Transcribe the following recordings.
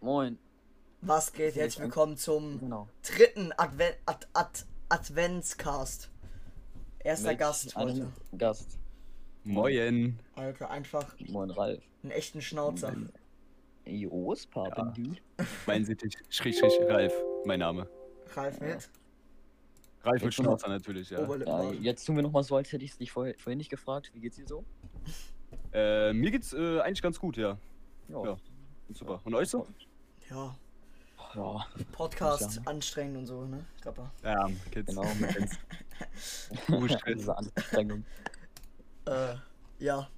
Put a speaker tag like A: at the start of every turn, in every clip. A: Moin.
B: Was geht? Herzlich willkommen zum
A: Genau.
B: dritten Adven Ad Ad Adventscast. Erster
A: Mit
B: Gast
A: einem
B: heute.
A: Gast.
C: Moin.
B: Alter, einfach
A: Moin, Ralf.
B: einen echten Schnauzer.
A: Jo, was poppin',
C: Ja.
A: dude?
C: Mein Sittich, Schräg, Schräg, Ralf, mein Name.
B: Ralf mit
C: Ralf Oh, mit
A: Jetzt noch-
C: Schnauzer natürlich, ja.
A: Ja,
B: Oberlippe.
A: jetzt tun wir nochmal so, als hätte ich es dich vorher, vorhin nicht gefragt. Wie geht's dir so?
C: Äh, mir geht's äh, eigentlich ganz gut, ja. Ja. Super. Und euch so?
B: Ja,
A: Ja,
B: Podcast
A: Ja.
B: anstrengend und so, ne? Kappa.
C: Ja, Kids.
A: genau.
C: Puh, Stress.
A: Diese Anstrengung.
B: Äh, ja,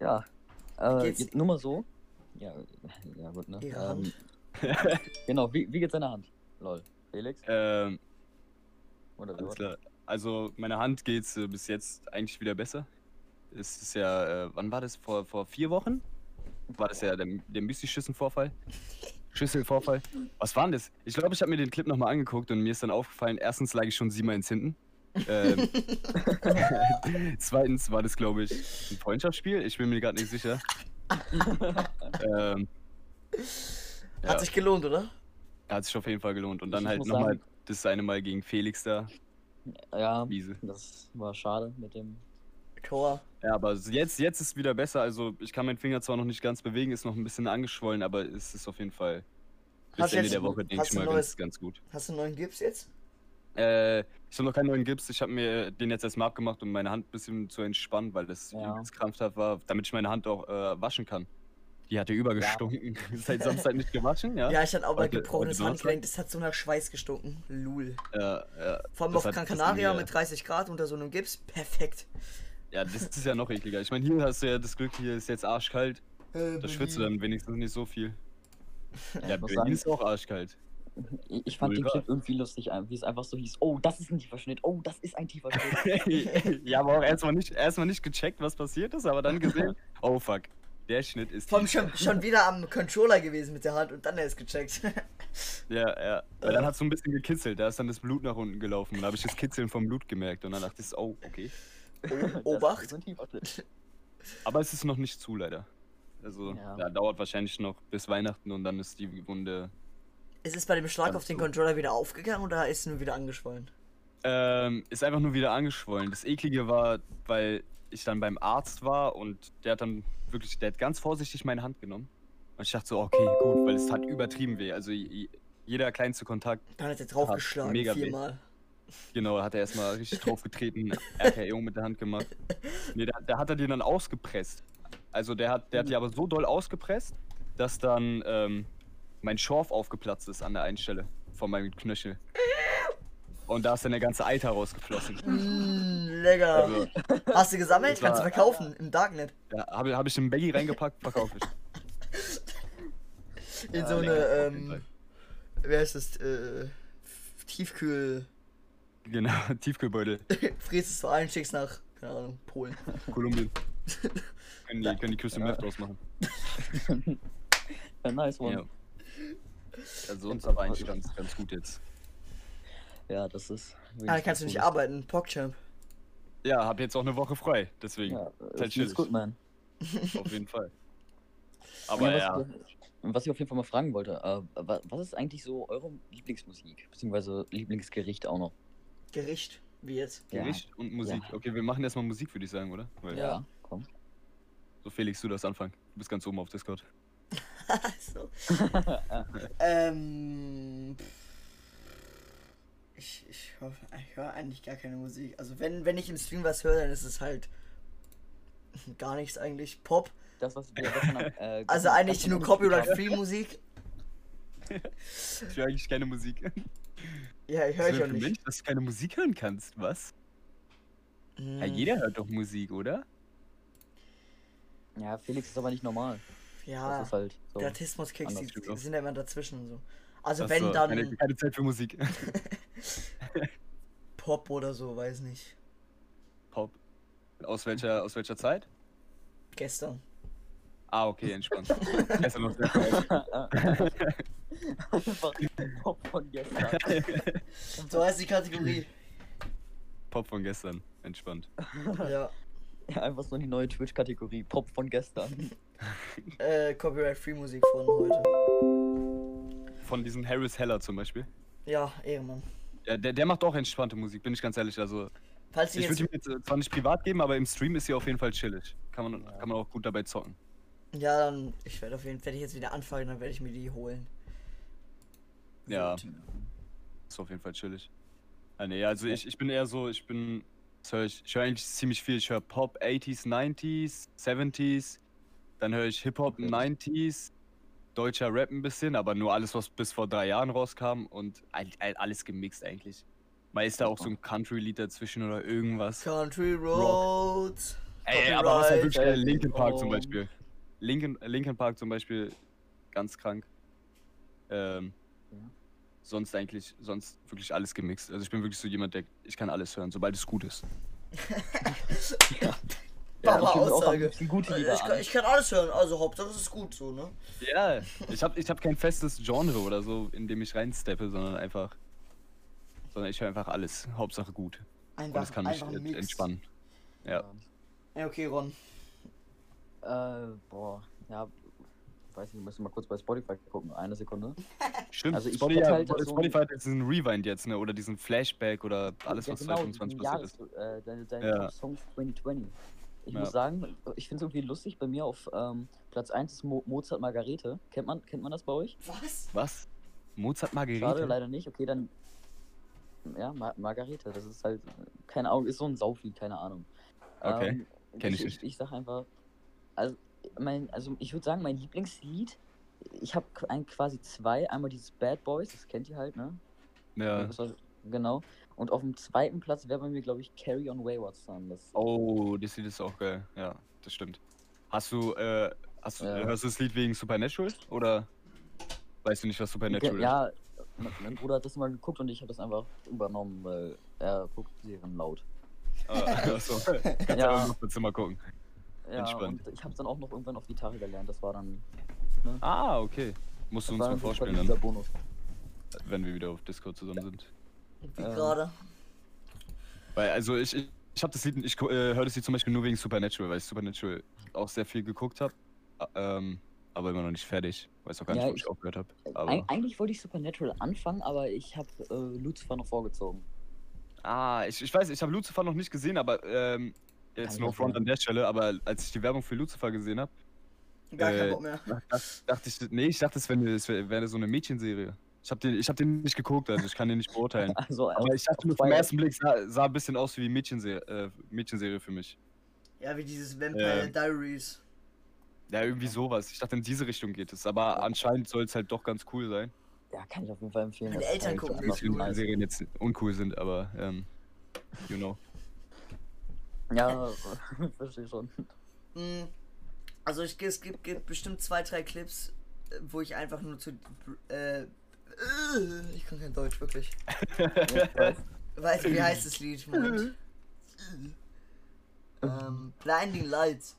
A: Ja. Äh,
B: Geht's-
A: jetzt nur mal so. Ja, ja gut, ne?
C: Ähm,
B: ihre Hand.
A: genau, wie, wie geht's deiner Hand? Lol. Felix?
C: Ähm,
A: Oder
C: alles
A: was?
C: klar. Also, meiner Hand geht's äh, bis jetzt eigentlich wieder besser. Es ist ja, äh, wann war das? Vor, vor vier Wochen? War das ja der, der Müsli-Schüssen-Vorfall? Schüsselvorfall? Was war denn das? Ich glaube, ich habe mir den Clip nochmal angeguckt und mir ist dann aufgefallen, erstens lag ich schon siebenmal ins Hinten. Ähm, Zweitens war das, glaube ich, ein Freundschaftsspiel. Ich bin mir gerade nicht sicher. ähm, ja,
B: Hat sich gelohnt, oder?
C: hat sich auf jeden Fall gelohnt. Und dann
A: Ich
C: halt
A: muss
C: nochmal
A: sagen-
C: das eine Mal gegen Felix da.
A: Ja,
C: Wiese.
A: das war schade mit dem.
B: Tor.
C: Ja, aber jetzt, jetzt ist wieder besser. Also ich kann meinen Finger zwar noch nicht ganz bewegen, ist noch ein bisschen angeschwollen, aber es ist auf jeden Fall bis
B: Hast du
C: Ende
B: jetzt-
C: der Woche, denke
B: hast
C: ich
B: du
C: mal,
B: neues-
C: ganz, ganz gut.
B: Hast du einen neuen Gips jetzt?
C: Äh, ich habe noch keinen neuen Gips. Ich habe mir den jetzt erstmal abgemacht, um meine Hand ein bisschen zu entspannen, weil das
A: Ja.
C: übelst krampfhaft war, damit ich meine Hand auch äh, waschen kann. Die hatte übergestunken. Seit Samstag nicht gewaschen, ja?
B: Ja, ich hatte aber ein
C: Heute-
B: gebrochenes
C: heute Donnerstag?
B: Handgelenk. Das hat so nach Schweiß gestunken. Lul.
C: Äh, äh,
B: Vor allem auf
C: Das
B: Gran
C: hat- das ist
B: Canaria
C: mir-
B: mit 30 Grad unter so einem Gips. Perfekt.
C: ja, das ist ja noch ekliger. Ich meine, hier hast du ja das Glück, hier ist jetzt arschkalt. Da schwitzt du dann wenigstens nicht so viel. Ja,
A: muss
C: Berlin
A: sagen-
C: ist auch arschkalt.
A: Ich, ich fand den
C: Null
A: Clip irgendwie lustig, ein- wie es einfach so hieß: Oh, das ist ein tiefer Schnitt. Oh, das ist ein tiefer Schnitt.
C: ja, aber auch erstmal nicht, erstmal nicht gecheckt, was passiert ist, aber dann gesehen, oh fuck, der Schnitt ist.
B: Vom
C: tief.
B: schon, schon wieder am Controller gewesen mit der Hand und dann erst gecheckt.
C: Ja, ja. Weil dann hat es so ein bisschen gekitzelt, da ist dann das Blut nach unten gelaufen. Und da habe ich das Kitzeln vom Blut gemerkt und dann dachte ich, oh, okay. Oh,
A: Das
B: Obacht.
A: ist ein tiefer Schnitt.
C: Aber es ist noch nicht zu, leider. Also,
A: Ja.
C: da dauert wahrscheinlich noch bis Weihnachten und dann ist die Wunde.
B: Ist es bei dem Schlag
C: Ganz
B: auf den
C: so.
B: Controller wieder aufgegangen oder ist es nur wieder angeschwollen?
C: Ähm, ist einfach nur wieder angeschwollen. Das Eklige war, weil ich dann beim Arzt war und der hat dann wirklich, der hat ganz vorsichtig meine Hand genommen. Und ich dachte so, okay, gut, weil es tat übertrieben weh. Also j- jeder kleinste Kontakt,
B: Dann hat er
C: Hat
B: draufgeschlagen,
C: mega weh.
B: viermal.
C: genau, hat er erstmal richtig draufgetreten, RKO eh mit der Hand gemacht. Nee, da, da hat er den dann ausgepresst. Also der hat, der hat die aber so doll ausgepresst, dass dann ähm, mein Schorf aufgeplatzt ist an der einen Stelle von meinem Knöchel. Und da ist dann der ganze Eiter rausgeflossen.
B: Mm, lecker.
C: Also,
B: Hast du gesammelt?
C: Das war-
B: Kannst du verkaufen im Darknet.
C: Ja, habe hab ich im Baggy reingepackt, verkaufe ich.
B: In
C: Ja,
B: so eine,
C: lecker, auf jeden
B: ähm,
C: Fall.
B: wer ist das, äh, Tiefkühl.
C: Genau, Tiefkühlbeutel.
B: Fräst es zu allen, schickst nach, keine Ahnung, Polen.
C: Kolumbien. Können die, können die Crystal
A: Ja.
C: Meth draus machen.
A: Ja, nice
C: Ja.
A: one.
C: Also uns aber eigentlich ganz, ganz gut jetzt.
A: Ja, das ist.
B: Ah, dann kannst du nicht arbeiten, PogChamp.
C: Ja, hab jetzt auch eine Woche frei, deswegen.
A: Ja,
C: halt
A: das ist
C: chillig.
A: gut, man.
C: Auf jeden Fall. Aber ja,
A: was, was ich auf jeden Fall mal fragen wollte: äh, wa- Was ist eigentlich so eure Lieblingsmusik? Beziehungsweise Lieblingsgericht auch noch?
B: Gericht, wie jetzt.
A: Ja.
C: Gericht und Musik. Okay, wir machen erstmal Musik, würde ich sagen, oder? Weil,
B: Ja.
A: komm.
C: So Felix, du das anfangen. Du bist ganz oben auf Discord.
B: so. Also. ähm. pff. Ich, ich, hör- ich höre eigentlich gar keine Musik. Also wenn, wenn ich im Stream was höre, dann ist es halt gar nichts eigentlich. Pop.
A: Das, was wir gestern am, äh,
B: Also
A: gestern-
B: eigentlich
A: gestern
B: nur
A: angespielt haben.
B: Copyright-Free Musik.
C: Ich höre eigentlich keine Musik.
B: Ja, ich höre
C: Bist
B: ich
C: du
B: auch
C: ein
B: nicht.
C: Mensch, dass du keine Musik hören kannst, was? Ja,
B: Mm,
C: Äh, jeder hört doch Musik, oder?
A: Ja, Felix ist aber nicht normal. Das
B: Ja,
A: ist halt so.
B: Ah, der Autismus-Kicks, die,
C: anders
B: die
C: geht's auch.
B: sind ja immer dazwischen und so. Also
C: Ach
B: wenn
C: so,
B: dann
C: Keine, keine Zeit für Musik.
B: Pop oder so, weiß nicht.
C: Pop. Aus welcher, aus welcher Zeit?
B: Gestern.
C: Ah, okay, entspannt. Gestern noch sehr geil.
A: Einfach Pop von gestern.
B: So heißt die Kategorie.
C: Pop von gestern, entspannt.
B: ja.
A: Ja, einfach so in die neue Twitch-Kategorie. Pop von gestern.
B: Äh, Copyright-Free-Musik von heute.
C: Von diesem Harris Heller zum Beispiel.
B: Ja, Ehrenmann.
C: Ja, der, der macht auch entspannte Musik, bin ich ganz ehrlich. Also,
B: Falls ihr
C: ich würde
B: jetzt.
C: ihm jetzt äh, zwar nicht privat geben, aber im Stream ist sie auf jeden Fall chillig. Kann man, kann man auch gut dabei zocken.
B: Ja, dann. Ich werde auf jeden Fall werd ich jetzt wieder anfangen, dann werde ich mir die holen.
C: Ja, ist auf jeden Fall chillig. Ah, nee, also ich, ich bin eher so, ich bin. Was höre ich? Ich höre eigentlich ziemlich viel. Ich höre Pop 80s, 90s, 70s. Dann höre ich Hip-Hop
A: Okay.
C: 90s. Deutscher Rap ein bisschen, aber nur alles, was bis vor drei Jahren rauskam und all- all- alles gemixt eigentlich. Mal ist da auch so ein Country-Lied dazwischen oder irgendwas.
B: Country Roads.
C: Ey, aber was halt
B: Copyright,
C: wirklich äh, Linkin Park zum
A: Home.
C: Beispiel. Linkin, Linkin Park zum Beispiel, ganz krank. Ähm,
A: Ja.
C: Sonst eigentlich, sonst wirklich alles gemixt. Also ich bin wirklich so jemand, der, ich kann alles hören, sobald es gut ist.
A: Ja,
B: Baba
A: ich höre auch am
B: Aussage.
A: liebsten gute Lieder
B: Ich kann,
A: an.
B: ich kann alles hören, also Hauptsache es ist gut so, ne?
C: Ja, ich habe ich hab kein festes Genre oder so, in dem ich reinsteppe, sondern einfach, sondern ich höre einfach alles. Hauptsache gut. Und
B: Einfach,
C: das kann mich
B: einfach ein
C: ent-
B: Mix.
C: entspannen. Ja.
B: Ja, okay, Ron.
A: Äh, boah, ja, weiß nicht, müssen mal kurz bei Spotify gucken. Eine Sekunde.
C: Stimmt,
A: Also ich
C: Spotify,
A: check
C: ja,
A: halt so-
C: Spotify hat jetzt diesen Rewind jetzt, ne? Oder diesen Flashback oder alles,
A: Ja,
C: was
A: genau,
C: 2025
A: diesen
C: passiert ist.
A: Jahres- Äh, deine deine
C: Ja.
A: Top Songs 2020. Ich
C: Ja.
A: muss sagen, ich finde es irgendwie lustig. Bei mir auf ähm, Platz 1 ist Mo Mozart Margarete. Kennt man, kennt man das bei euch?
B: Was?
C: Was? Mozart Margarete?
A: Schade, leider nicht. Okay, dann. Ja, Ma Margarete, das ist halt. Keine Ahnung, ist so ein Sauflied, keine Ahnung. Ähm,
C: Okay, kenn ich
A: ich,
C: nicht.
A: ich, ich sag einfach. Also, mein, also ich würde sagen, mein Lieblingslied. Ich habe ein, quasi zwei. Einmal dieses Bad Boys, das kennt ihr halt, ne?
C: Ja.
A: Das war, genau. Und auf dem zweiten Platz wäre bei mir, glaube ich, Carry on Wayward Son. Das,
C: Oh, das Lied ist auch geil. Ja, das stimmt. Hast du, äh, hast du,
A: Ja.
C: hörst du das Lied wegen Supernatural? Oder weißt du nicht, was Supernatural ist?
A: ja, mein- mein Bruder hat das mal geguckt und ich habe das einfach übernommen, weil er guckt Serien laut.
C: Ah, achso. Kannst
A: Ja.
C: ja. du Zimmer gucken.
A: Ja,
C: Entspannt.
A: und ich habe es dann auch noch irgendwann auf Gitarre gelernt. Das war dann.
C: Ah, okay. Musst
A: das
C: du
A: war
C: uns mal
A: dann sozusagen
C: vorstellen,
A: dieser
C: dann,
A: Bonus.
C: wenn wir wieder auf Discord zusammen sind.
B: Wie
A: Ähm.
B: gerade?
C: Weil, also ich, ich, ich habe das Lied, ich gu- äh, höre das Lied zum Beispiel nur wegen Supernatural, weil ich Supernatural auch sehr viel geguckt habe. Ähm, aber immer noch nicht fertig. Weiß auch gar
A: Ja,
C: nicht, wo ich,
A: ich-
C: aufgehört habe.
A: Eig
C: Aber.
A: eigentlich wollte ich Supernatural anfangen, aber ich habe äh, Lucifer noch vorgezogen.
C: Ah, ich, ich weiß, ich habe Lucifer noch nicht gesehen, aber ähm,
A: Kann
C: jetzt
A: ich
C: no
A: auch
C: front
A: sagen.
C: an der Stelle, aber als ich die Werbung für Lucifer gesehen habe,
B: Gar
C: Äh,
B: kein Bock mehr.
C: dachte ich, nee, ich dachte, es wäre es wär, wäre so eine Mädchenserie. Ich habe den, ich hab den nicht geguckt, also ich kann den nicht beurteilen.
A: Also,
C: Aber ich dachte
A: auf
C: nur vom
A: zwei-
C: ersten Blick sah, sah ein bisschen aus wie Mädchenserie, äh, Mädchenserie für mich.
B: Ja, wie dieses Vampire
C: Ähm.
B: Diaries.
C: Ja, irgendwie sowas. Ich dachte, in diese Richtung geht es. Aber anscheinend soll es halt doch ganz cool sein.
A: ja, kann ich auf jeden Fall empfehlen.
B: Meine
A: das
B: Eltern
A: ist halt
B: gucken
A: einfach-
B: Cool.
C: Deswegen die Serien jetzt uncool sind, aber, ähm, you know.
A: Ja, verstehe schon.
B: Hm, Also ich, es gibt, gibt bestimmt zwei, drei Clips, äh, wo ich einfach nur zu. Äh, äh, ich kann kein Deutsch, wirklich. Weißt du, wie heißt das Lied? Moment. ähm, Blinding Lights.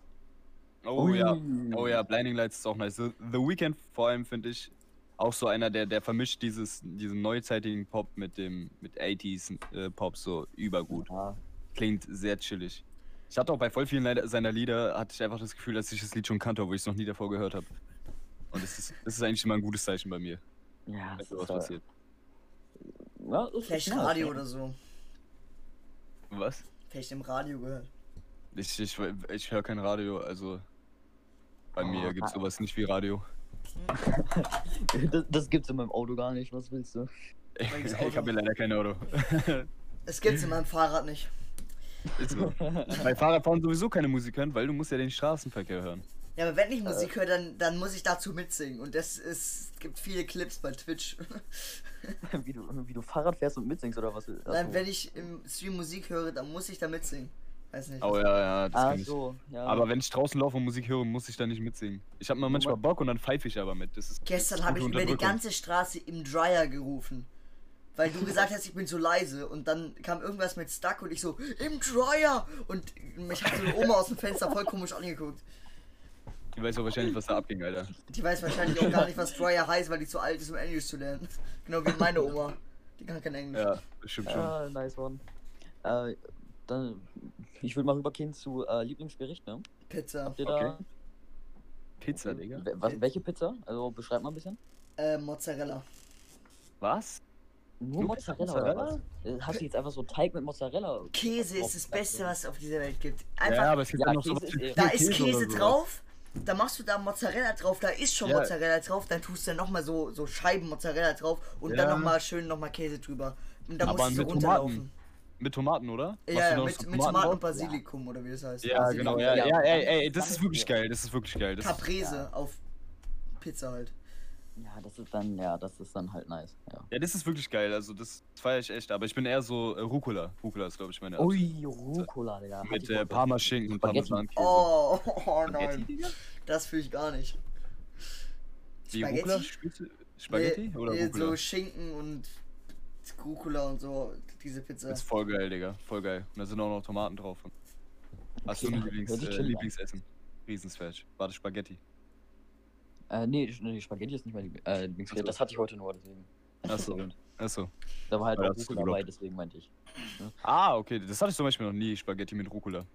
C: Oh ja.
A: Ui.
C: Oh ja, Blinding Lights ist auch nice. The, The Weeknd vor allem finde ich auch so einer, der, der vermischt dieses, diesen neuzeitigen Pop mit dem mit 80s äh, Pop so übergut.
A: Ja,
C: Klingt sehr chillig. Ich hatte auch bei voll vielen Leider- seiner Lieder hatte ich einfach das Gefühl, dass ich das Lied schon kannte, obwohl ich es noch nie davor gehört habe. Und das ist, das ist eigentlich immer ein gutes Zeichen bei mir,
A: ja,
C: wenn
A: das
C: sowas
A: ist, äh,
C: passiert.
A: ja, das ist
B: Vielleicht
A: nice,
B: Radio
A: ja.
B: oder so.
C: Was?
B: Vielleicht im Radio gehört.
C: Ich, ich, ich höre kein Radio, also bei
A: Oh,
C: mir gibt es
A: ah.
C: sowas nicht wie Radio.
A: Das, das gibt's in meinem Auto gar nicht, was willst du?
C: Ich
B: Welches Auto?
C: habe leider kein Auto.
B: Es gibt's in meinem Fahrrad nicht.
C: Ist so. Bei Fahrradfahren sowieso keine Musik hören, weil du musst ja den Straßenverkehr hören.
B: Ja, aber wenn ich Musik höre, dann, dann muss ich dazu mitsingen. Und das ist. Es gibt viele Clips bei Twitch.
A: Wie du, wie du Fahrrad fährst und mitsingst oder was? Achso.
B: Nein, wenn ich im Stream Musik höre, dann muss ich da mitsingen. Weiß nicht.
C: Oh ja, ja, das
A: ah,
C: kann ich.
A: so, ja.
C: Aber wenn ich draußen laufe und Musik höre, muss ich da nicht mitsingen. Ich habe mal manchmal Bock und dann pfeife ich aber mit. Das ist
B: Gestern habe ich
C: gute
B: über die
C: Unterdrückung.
B: ganze Straße im Dryer gerufen. Weil du gesagt hast, ich bin so leise. Und dann kam irgendwas mit Stuck und ich so, im Dryer! Und mich hat so eine Oma aus dem Fenster voll komisch angeguckt.
C: Die weiß auch wahrscheinlich, was da abging, Alter.
B: Die weiß wahrscheinlich auch gar nicht, was Dryer heißt, weil die zu alt ist, um Englisch zu lernen. Genau wie meine Oma. Die kann kein Englisch.
C: Ja, bestimmt schon.
A: Ah, nice one. Äh, dann, ich würde mal rübergehen zu äh, Lieblingsgericht, ne?
B: Pizza.
A: Habt ihr
C: Okay.
A: da,
C: Pizza, Digga.
A: we- was, welche Pizza? Also beschreib mal ein bisschen.
B: Äh, Mozzarella.
C: Was?
A: Nur,
C: Nur
A: Mozzarella,
C: Mozzarella?
A: oder was? Äh, Hast du jetzt einfach so Teig mit Mozzarella?
B: Käse ist das Beste, was es auf dieser Welt gibt. Einfach,
C: ja, aber es gibt
A: Ja,
C: ja, noch
A: Käse
C: sowas
A: ist
C: wie
A: eh-
B: da
C: Käse
B: ist Käse
C: oder sowas.
B: drauf, da machst du da Mozzarella drauf, da ist schon
C: Ja.
B: Mozzarella drauf, dann tust du nochmal so, so Scheiben Mozzarella drauf und
C: Ja.
B: dann nochmal schön nochmal Käse drüber. Und dann
C: Aber
B: musst du so
C: mit
B: runterlaufen.
C: Mit Tomaten, oder? Machst
B: Ja,
C: du
B: ja,
C: noch
B: mit,
C: so
B: mit Tomaten und
C: drauf?
B: Basilikum oder wie das heißt.
C: Ja,
B: Basilikum.
C: genau. Ja,
A: Ja,
C: ja, ey,
A: dann-
C: ey, das
A: dann-
C: ist wirklich geil. Das ist wirklich geil. Das ist,
B: Caprese
A: Ja.
B: auf Pizza halt.
A: Ja, das ist dann, ja, das ist dann halt nice. Ja.
C: ja, das ist wirklich geil. Also, das feiere ich echt. Aber ich bin eher so äh, Rucola. Rucola ist, glaube ich, meine.
B: Oh
C: Absolute-
A: Ui, Rucola, Digga. Hatte
C: Mit
A: ich
C: äh,
A: Bock drauf.
C: Parmaschinken und
A: Spaghetti.
C: Parmesankäse.
B: Oh, oh
C: Spaghetti,
B: nein,
C: Digga?
B: das fühle ich gar nicht.
C: Wie Rucola? Spitze- Spaghetti
B: Nee,
C: oder
B: nee,
C: Rucola?
B: so Schinken und Rucola und so, diese Pizza.
C: Das ist voll geil, Digga. Voll geil. Und da sind auch noch Tomaten drauf. Hast du
A: Okay,
C: ein
A: hört sich
C: Lieblings,
A: chillig
C: äh,
A: an.
C: Lieblingsessen? Riesensfetch. Warte, Spaghetti.
A: Äh, nee, nee, Spaghetti ist nicht mein Lieb- äh, Lieblingsgericht. Das hatte ich heute nur, deswegen.
C: Achso. Achso.
A: Da war halt
C: Ja,
A: auch
C: das ist
A: Rucola
C: gelobt.
A: dabei, deswegen meinte ich.
C: Ah, okay. Das hatte ich zum Beispiel noch nie. Spaghetti mit Rucola.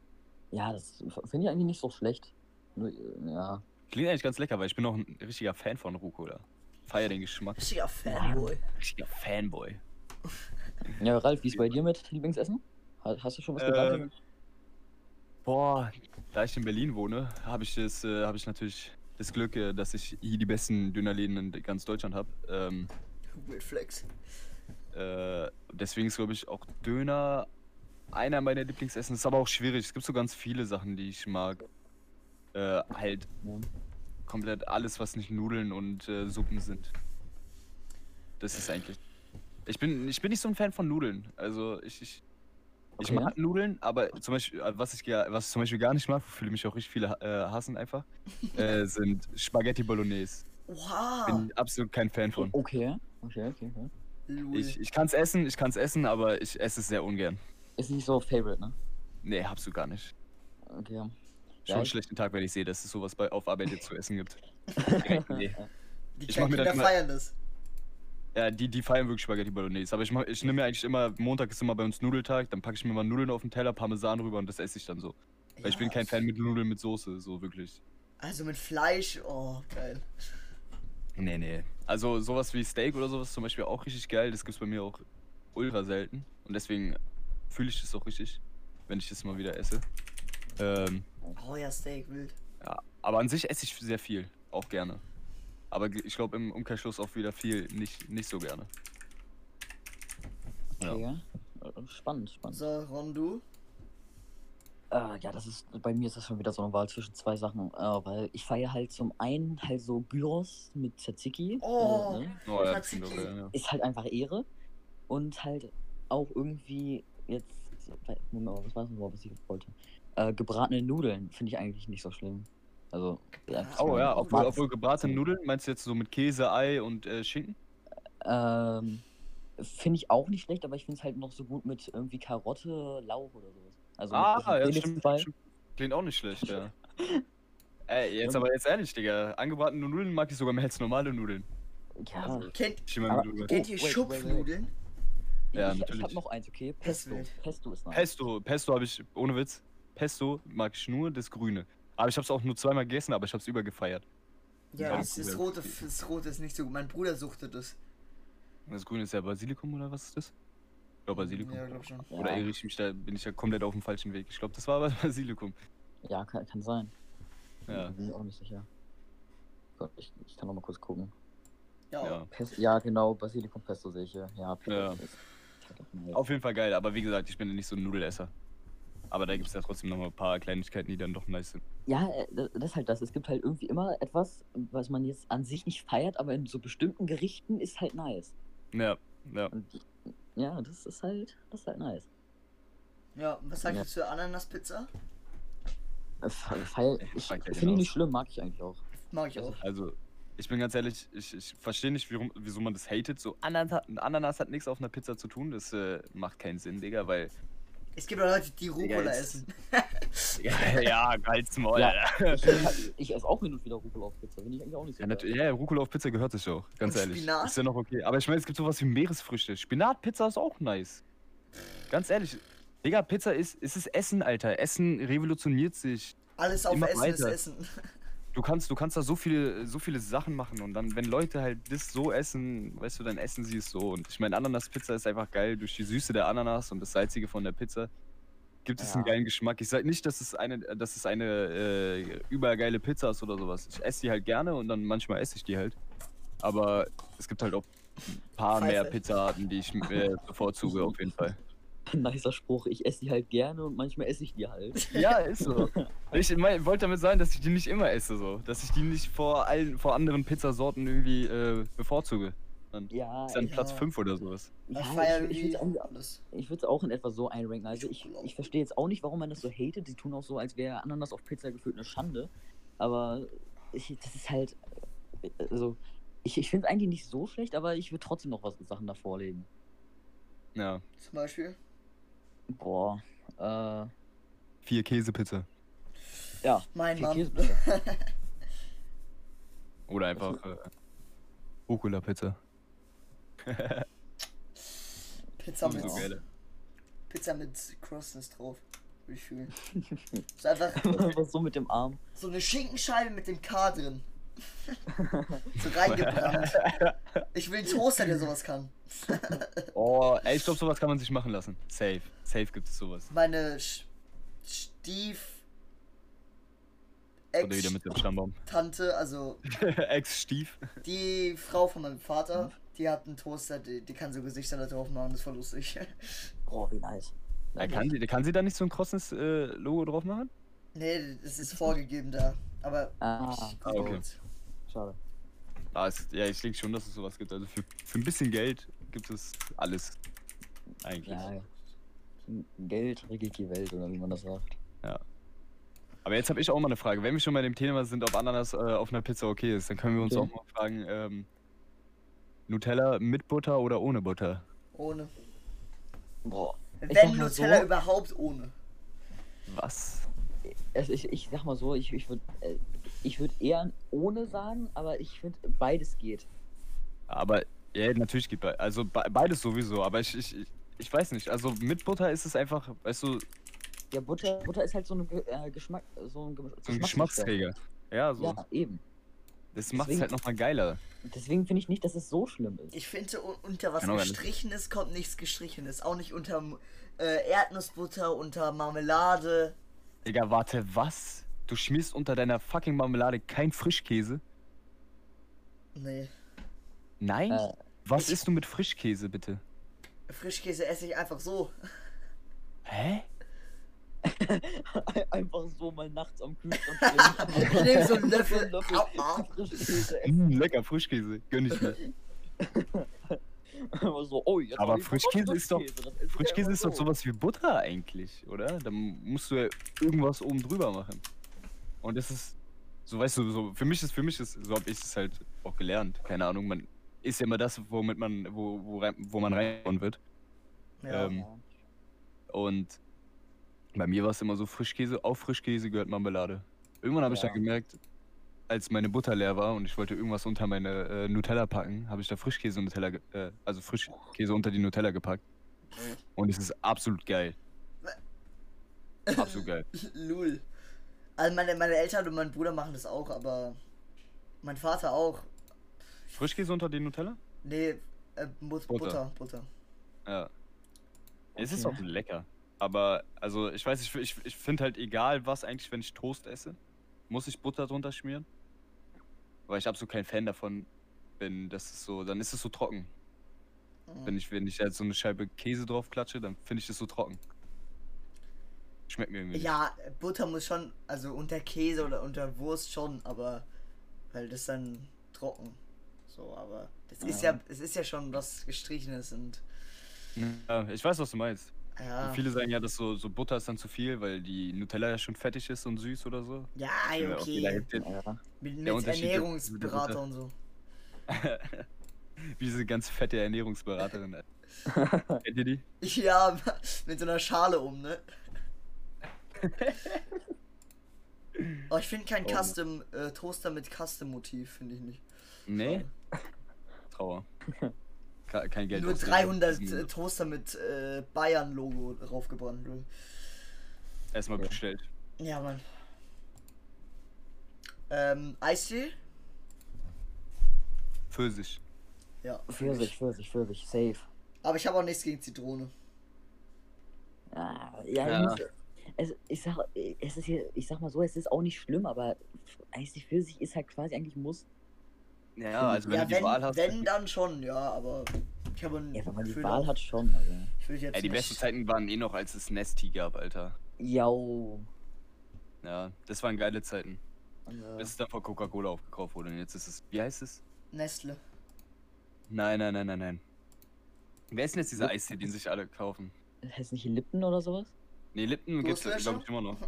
A: Ja, das finde ich eigentlich nicht so schlecht. Nur, äh, ja.
C: Klingt eigentlich ganz lecker, weil ich bin noch ein richtiger Fan von Rucola. Feier den Geschmack.
B: Richtiger Fanboy.
C: Richtiger Fanboy.
A: Ja, Ralf, wie ist bei dir mit Lieblingsessen? Ha- Hast du schon was
C: Äh,
A: gesagt?
C: Boah, da ich in Berlin wohne, habe ich, das, äh, hab ich natürlich das Glück, äh, dass ich hier die besten Dönerläden in ganz Deutschland habe. Ähm,
B: Mit Flex.
C: äh, deswegen ist, glaube ich, auch Döner einer meiner Lieblingsessen. Ist aber auch schwierig. Es gibt so ganz viele Sachen, die ich mag. Äh, halt
A: Ja.
C: komplett alles, was nicht Nudeln und äh, Suppen sind. Das ist eigentlich. Ich bin, ich bin nicht so ein Fan von Nudeln. Also ich, ich, ich
A: Okay.
C: mag Nudeln, aber zum Beispiel, äh, was ich, gar- was ich zum Beispiel gar nicht mag, fühle mich auch richtig viele äh, hassen einfach, äh, sind Spaghetti Bolognese.
B: Wow.
C: Bin
A: Ah.
C: ich absolut kein Fan von.
A: Okay, okay, okay, okay.
B: Lul.
C: Ich, ich kann es essen, ich kann es essen, aber ich esse es sehr ungern.
A: Ist nicht so Favorite, ne?
C: Nee, hab's du gar nicht.
A: Okay.
C: Schon
A: Ja,
C: einen
A: ich-
C: schlechten Tag, wenn ich sehe, dass es sowas bei auf Arbeit jetzt zu essen gibt. Direkt, nee.
B: Die
C: ich
B: kleinen
C: mach mir
B: Kinder
C: das immer-
B: feiern das.
C: Ja, die, die feiern wirklich Spaghetti Bolognese. Aber ich, mach- ich nehme mir eigentlich immer, Montag ist immer bei uns Nudeltag, dann packe ich mir mal Nudeln auf den Teller, Parmesan rüber und das esse ich dann so. Weil ich bin kein Fan mit Nudeln mit Soße, so wirklich.
B: Also mit Fleisch, oh, geil.
C: Nee, nee. Also sowas wie Steak oder sowas zum Beispiel auch richtig geil. Das gibt's bei mir auch ultra selten. Und deswegen fühle ich das auch richtig, wenn ich das mal wieder esse. Ähm,
B: Oh ja, Steak, wild.
C: ja. Aber an sich esse ich sehr viel, auch gerne. Aber ge- ich glaube im Umkehrschluss auch wieder viel nicht, nicht so gerne. Ja.
A: Okay. Äh, Spannend, spannend.
B: So, Ron, du?
A: Äh, ja, das ist, bei mir ist das schon wieder so eine Wahl zwischen zwei Sachen. Äh, weil ich feiere halt zum einen halt so Gyros mit Tzatziki.
B: Oh.
A: Äh, ne?
C: Oh, ja, das klingt auch
B: Tzatziki.
C: geil, ja.
A: Ist halt einfach Ehre. Und halt auch irgendwie jetzt, Moment mal, was war das nochmal, was ich wollte? Äh, gebratene Nudeln finde ich eigentlich nicht so schlimm. Also,
B: Gebratene
C: Oh ja,
A: obwohl
C: obwohl, obwohl gebratene Nudeln, meinst du jetzt so mit Käse, Ei und äh, Schinken?
A: Ähm, finde ich auch nicht schlecht, aber ich finde es halt noch so gut mit irgendwie Karotte, Lauch oder sowas. Also mit diesen
C: ah, ja,
A: Pilz
C: stimmt,
A: bei.
C: stimmt. Klingt auch nicht schlecht, ja. Ey, jetzt
A: Ja.
C: aber jetzt ehrlich, Digga. Angebratene Nudeln mag ich sogar mehr als normale Nudeln.
A: Ja,
C: Also,
B: Kennt,
C: Ich immer
A: Aber-
C: mit
B: kennt
A: Oh,
B: ihr
A: wait, wait,
B: Schupfnudeln?
C: ja,
A: ich, ich
C: natürlich.
A: hab noch eins, okay? Pesto.
B: Wild.
A: Pesto ist nice.
C: Pesto, Pesto habe ich, ohne Witz, Pesto mag ich nur das Grüne. Aber ich habe es auch nur zweimal gegessen, aber ich habe es übergefeiert.
B: Ja,
C: Ja,
B: das, das,
C: cool.
B: rote, das rote ist nicht so gut. Mein Bruder suchtet das.
C: Das Grüne ist ja Basilikum oder was ist das? Ich glaube Basilikum.
B: Ja, glaub schon.
C: Oder
A: Ja.
C: irre ich mich da, bin ich ja komplett auf dem falschen Weg. Ich glaube, das war aber Basilikum.
A: Ja, kann, kann sein.
C: Ja,
A: Bin ich auch nicht sicher. Gott, ich, ich kann noch mal kurz gucken.
B: Ja.
C: ja.
A: Pest, ja, genau, Basilikum Pesto sehe ich hier. Ja, Pesto
C: Ja.
A: ist ist halt auch nice.
C: Auf jeden Fall geil, aber wie gesagt, ich bin ja nicht so ein Nudelesser. Aber da gibt es ja trotzdem noch mal ein paar Kleinigkeiten, die dann doch nice sind.
A: Ja, äh, da- das ist halt das. Es gibt halt irgendwie immer etwas, was man jetzt an sich nicht feiert, aber in so bestimmten Gerichten ist halt nice.
C: Ja, ja.
A: Und ja, das ist halt, das ist halt nice.
B: Ja, was sagst
A: Ja.
B: du zur Ananaspizza?
A: Äh, fe- feier-
C: Ey,
A: Ich
C: feier
A: finde
C: ich
A: die nicht
C: aus.
A: schlimm, mag ich eigentlich auch.
B: Mag ich auch.
C: Also, ich bin ganz ehrlich, ich, ich verstehe nicht, warum, wieso man das hatet. So, Ananas hat, Ananas hat nichts auf einer Pizza zu tun, das äh, macht keinen Sinn, Digga, weil.
B: Es gibt auch Leute, die Rucola
C: jetzt-
B: essen.
C: Ja, Oh, ja geil's Maul,
A: Ja.
C: Alter.
A: Ich, ich, ich esse auch hin und wieder Rucola auf Pizza, bin ich eigentlich auch nicht so.
C: Ja,
A: geil.
C: nat- ja, Rucola auf Pizza gehört sich auch, ganz
B: Und
C: ehrlich.
B: Spinat?
C: Ist ja noch okay. Aber ich meine, es gibt sowas wie Meeresfrüchte. Spinatpizza ist auch nice. Ganz ehrlich, Digga, Pizza ist, es ist Essen, Alter. Essen revolutioniert sich.
B: Alles auf
C: Immer
B: Essen ist
C: weiter.
B: Essen.
C: Du kannst, du kannst da so viele, so viele Sachen machen und dann, wenn Leute halt das so essen, weißt du, dann essen sie es so. Und ich meine, Ananas-Pizza ist einfach geil. Durch die Süße der Ananas und das Salzige von der Pizza gibt es einen
A: Ja.
C: geilen Geschmack. Ich sag nicht, dass es eine, dass es eine äh, übergeile Pizza ist oder sowas. Ich esse die halt gerne und dann manchmal esse ich die halt. Aber es gibt halt auch ein paar
B: Pfeife.
C: mehr Pizzarten, die ich äh, bevorzuge auf jeden Fall.
A: Nicer Spruch. Ich esse die halt gerne und manchmal esse ich die halt.
C: Ja, ist so. Ich mein, wollte damit sagen, dass ich die nicht immer esse, so. Dass ich die nicht vor allen, vor anderen Pizzasorten irgendwie äh, bevorzuge.
A: Ah, Ja,
C: Ist dann
A: ich,
B: Ja.
C: Platz 5 oder sowas.
B: Ich
A: ja,
B: feier
A: ich, ich
B: irgendwie
A: würde auch,
B: alles.
A: ich würd's auch in etwa so einranken. Also ich, ich verstehe jetzt auch nicht, warum man das so hatet. Sie tun auch so, als wäre Ananas auf Pizza gefühlt eine Schande. Aber ich, das ist halt. Also, ich, ich finde es eigentlich nicht so schlecht, aber ich würde trotzdem noch was Sachen davor legen.
C: Ja.
B: Zum Beispiel.
A: Boah. Äh,
C: Vier Käsepizza.
A: ja.
B: Mein
A: Vier
B: Mann.
A: Käsepizza.
C: Oder einfach äh, Rucola-Pizza.
B: Pizza mit,
C: Umso geiler.
B: Pizza mit Crostness drauf. Würde ich fühlen. Ist einfach
A: Einfach so mit dem Arm.
B: so eine Schinkenscheibe mit dem K drin. so reingebrannt. Ich will einen Toaster, der sowas kann.
C: Oh, ey, ich glaube, sowas kann man sich machen lassen. Safe. Safe gibt es sowas.
B: Meine Sch Stief.
C: Oder wieder mit dem Stammbaum.
B: Ex-Tante, also
C: Ex-Stief.
B: die Frau von meinem
A: Mhm.
B: Vater, die hat einen Toaster, die, die kann so Gesichter da drauf machen, das ist voll lustig.
A: Boah, wie nice.
C: Ja, kann, sie- kann sie da nicht so ein krosses äh, Logo drauf machen?
B: Nee, das ist vorgegeben da. Aber.
A: Ah,
B: Ich-
C: ah, okay.
A: schade.
C: Ah, es, ja, ich denke schon, dass es sowas gibt. Also für, für ein bisschen Geld gibt es alles. Eigentlich.
A: Ja. Geld regelt die Welt, oder wie man das sagt.
C: Aber jetzt habe ich auch mal eine Frage. Wenn wir schon bei dem Thema sind, ob Ananas äh, auf einer Pizza okay ist, dann können wir uns
A: Okay.
C: auch mal fragen, ähm, Nutella mit Butter oder ohne Butter?
B: Ohne.
A: Boah. Ich
B: Wenn
A: sag mal
B: Nutella
A: so-
B: überhaupt ohne.
C: Was?
A: Also ich, ich sag mal so, ich, ich würde ich würd eher ohne sagen, aber ich finde, beides geht.
C: Aber ja, natürlich gibt be- also be beides sowieso, aber ich, ich, ich- ich weiß nicht. Also mit Butter ist es einfach, weißt du,
A: Ja, Butter, Butter ist halt so ein Ge- äh, Geschmack, so ein, Ge
C: so ein Geschmacksträger. Ja, so.
A: Ja, eben.
C: Das macht es
A: deswegen-
C: halt nochmal geiler.
A: Deswegen finde ich nicht, dass es so schlimm ist.
B: Ich finde, u- unter was
C: Kann auch gar nicht.
B: gestrichenes kommt nichts gestrichenes. Auch nicht unter äh, Erdnussbutter, unter Marmelade.
C: Digga, warte, was? Du schmierst unter deiner fucking Marmelade kein Frischkäse?
B: Nee.
C: Nein?
A: Äh,
C: was
B: ich-
C: isst du mit Frischkäse, bitte?
B: Frischkäse esse ich einfach so.
C: Hä?
A: Einfach so mal nachts am Kühlschrank stehen.
B: Ich nehm so einen Löffel. Au, au.
A: Frischkäse essen.
C: Mm, lecker, Frischkäse. Gönn ich mir.
A: Immer so, oh, jetzt
C: Aber
A: hab ich Bock auf
C: Frischkäse ist doch-
A: Frischkäse, das esse ich
C: Frischkäse
A: einfach
C: ist doch
A: so.
C: sowas wie Butter eigentlich, oder? Da musst du ja irgendwas oben drüber machen. Und das ist, so weißt du, so für mich ist, für mich ist, so habe ich es halt auch gelernt. Keine Ahnung, man ist ja immer das, womit man, wo, wo, rein, wo man reingehauen wird.
B: Ja.
C: Ähm,
A: Ja.
C: Und bei mir war es immer so Frischkäse, auf Frischkäse gehört Marmelade. Irgendwann habe ich
A: Ja.
C: dann gemerkt, als meine Butter leer war und ich wollte irgendwas unter meine äh, Nutella packen, habe ich da Frischkäse und Nutella, ge- äh, also Frischkäse unter die Nutella gepackt. Und es ist absolut geil. Absolut geil.
B: Lul. Also meine, meine Eltern und mein Bruder machen das auch, aber mein Vater auch.
C: Frischkäse unter die Nutella?
B: Nee, äh, Mut-
C: Butter.
B: Butter, Butter.
C: Ja. Es ist
A: Okay.
C: auch lecker. Aber, also, ich weiß, ich, ich, ich finde halt egal, was eigentlich, wenn ich Toast esse, muss ich Butter drunter schmieren. Weil ich absolut kein Fan davon bin, dass es so, dann ist es so trocken.
B: Mhm.
C: Wenn ich, wenn ich halt so eine Scheibe Käse drauf klatsche, dann finde ich das so trocken. Schmeckt mir irgendwie. nicht.
B: Ja, Butter muss schon, also unter Käse oder unter Wurst schon, aber weil das dann trocken. So, aber das ist
A: Ja.
B: ja, es ist ja schon was gestrichenes und
C: Ja, ich weiß, was du meinst.
B: ja.
C: Viele sagen ja, dass so, so Butter ist dann zu viel, weil die Nutella ja schon fettig ist und süß oder so.
B: Ja,
C: Ja, okay, da
B: okay.
C: hilft jetzt-
A: Ja.
B: Mit,
C: der
B: mit
C: Unterschied ist-
B: Ernährungsberater und so.
C: Wie diese ganz fette Ernährungsberaterin. äh, Kennt ihr die?
B: Ja, mit so einer Schale um, ne? Oh, ich finde keinen
C: Oh.
B: Custom äh, Toaster mit Custom Motiv, finde ich nicht.
C: Nee. Trauer. ka- kein Geld
B: Nur
C: ausgeben.
B: 300 äh, Toaster mit äh, Bayern-Logo draufgebrannt. Lul.
C: Erstmal
A: Ja.
C: bestellt.
B: äh, Ja, Mann. Ähm, Eistee?
C: Pfirsich.
B: Ja.
A: Pfirsich, Pfirsich, Pfirsich, safe.
B: Aber ich habe auch nichts gegen Zitrone.
A: Ah, ja,
C: Ja.
A: Ich, muss- also ich sag, es ist hier, ich sag mal so, es ist auch nicht schlimm, aber Eisig Pfirsich ist halt quasi eigentlich muss.
C: Ja, also wenn
B: ja,
C: du die
B: wenn,
C: Wahl hast.
B: wenn dann schon, ja, aber Mhm, ich habe ein
A: Ja, wenn man die
B: Gefühl,
A: Wahl hat schon. Also.
B: Ich will jetzt
C: Ey, die
B: nicht-
C: besten Zeiten waren eh noch, als es Nesti gab, Alter.
A: Jau.
C: Ja, das waren geile Zeiten.
B: äh,
A: Also,
C: Bis es dann von Coca-Cola aufgekauft wurde. Und jetzt ist es. Wie heißt es?
B: Nestle.
C: Nein, nein, nein, nein, nein. Wer ist denn jetzt dieser Eistee, den sich alle kaufen?
A: heißt nicht Lippen oder sowas?
C: Nee, Lippen gibt's
B: Durstlöscher?
C: glaube ich immer noch.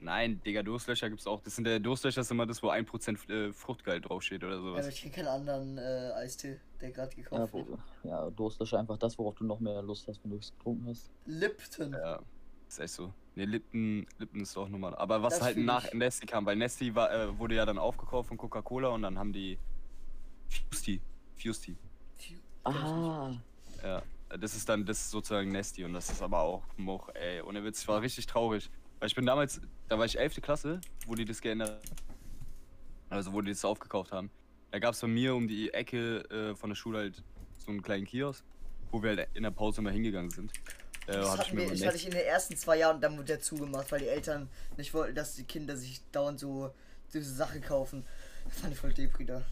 C: Nein, Digga, Durstlöcher gibt's auch. Das sind der Durstlöcher ist immer das, wo 1% F- äh, Fruchtgeil draufsteht oder
B: Ja, aber
C: sowas.
B: ich kenne keinen anderen äh, Eistee, der gerade
A: Ja,
B: gekauft wurde.
A: wo- ja, Durst ist einfach das, worauf du noch mehr Lust hast, wenn du es getrunken hast.
B: Lipton.
C: Ja, ist echt so. Nee, Lippen, Lippen ist auch normal. Aber was
B: Das
C: halt
B: fühl
C: nach
B: ich.
C: Nesty kam, weil Nesty war, äh, wurde ja dann aufgekauft von Coca-Cola und dann haben die Fusti. Fusti.
B: Phew.
A: Ah,
C: Ja. Das ist dann das ist sozusagen Nesty und das ist aber auch Moch, ey. Ohne Witz, ich war richtig traurig. Weil ich bin damals, da war ich 11. Klasse, wo die das geändert haben. Also wo die das aufgekauft haben. Da gab es bei mir um die Ecke äh, von der Schule halt so einen kleinen Kiosk, wo wir halt in der Pause immer hingegangen sind. Äh,
B: Das
C: hab
B: hatten wir,
C: mal
B: ich
C: Nesty-
B: hatte ich in den ersten zwei Jahren, dann wurde der zugemacht, weil die Eltern nicht wollten, dass die Kinder sich dauernd so diese Sachen kaufen. Das fand ich voll depri da.
C: Da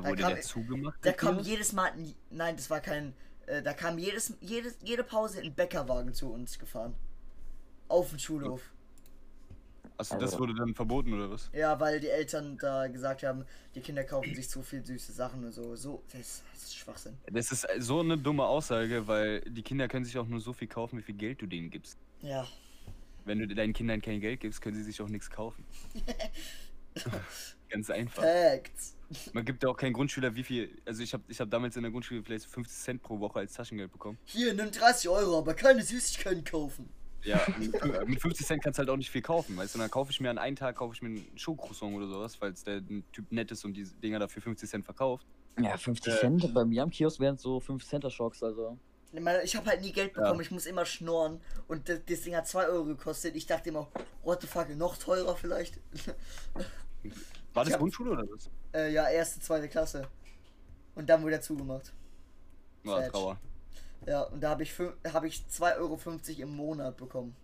B: Da
C: wurde
B: kam-
C: der zugemacht.
B: Da
C: der
B: kam
C: Kiosk?
B: jedes Mal, ein- nein, das war kein, äh, da kam jedes, jedes, jede Pause ein Bäckerwagen zu uns gefahren. Auf den Schulhof.
C: Achso, das
A: Also-
C: wurde dann verboten oder was?
B: Ja, weil die Eltern da gesagt haben, die Kinder kaufen sich zu viel süße Sachen und so. So, das, das ist Schwachsinn.
C: Das ist so eine dumme Aussage, weil die Kinder können sich auch nur so viel kaufen, wie viel Geld du denen gibst.
B: Ja.
C: Wenn du deinen Kindern kein Geld gibst, können sie sich auch nichts kaufen. Ganz einfach.
B: Facts.
C: Man gibt ja auch keinen Grundschüler, wie viel. Also, ich habe ich hab damals in der Grundschule vielleicht so 50 Cent pro Woche als Taschengeld bekommen.
B: Hier, nimm 30 Euro, aber keine Süßigkeiten kaufen.
C: Ja, mit mit 50 Cent kannst du halt auch nicht viel kaufen, weißt du? Und dann kaufe ich mir an einem Tag kaufe ich mir einen Schokocroissant oder sowas, falls der Typ nett ist und die Dinger dafür 50 Cent verkauft.
A: ja, 50
C: Äh.
A: Cent. Bei mir am Kiosk wären es so 5 Center Shocks, also.
B: Ich meine, ich habe halt nie Geld
C: Ja.
B: bekommen, ich muss immer schnorren. Und das, das Ding hat 2 Euro gekostet. Ich dachte immer, what the fuck, noch teurer vielleicht?
C: War das
B: Ja.
C: Grundschule oder was?
B: äh, ja, erste, zweite Klasse. Und dann wurde er zugemacht.
C: War
B: Sad.
C: Trauer.
B: Ja, und da habe ich, fün- hab ich 2,50 Euro im Monat bekommen.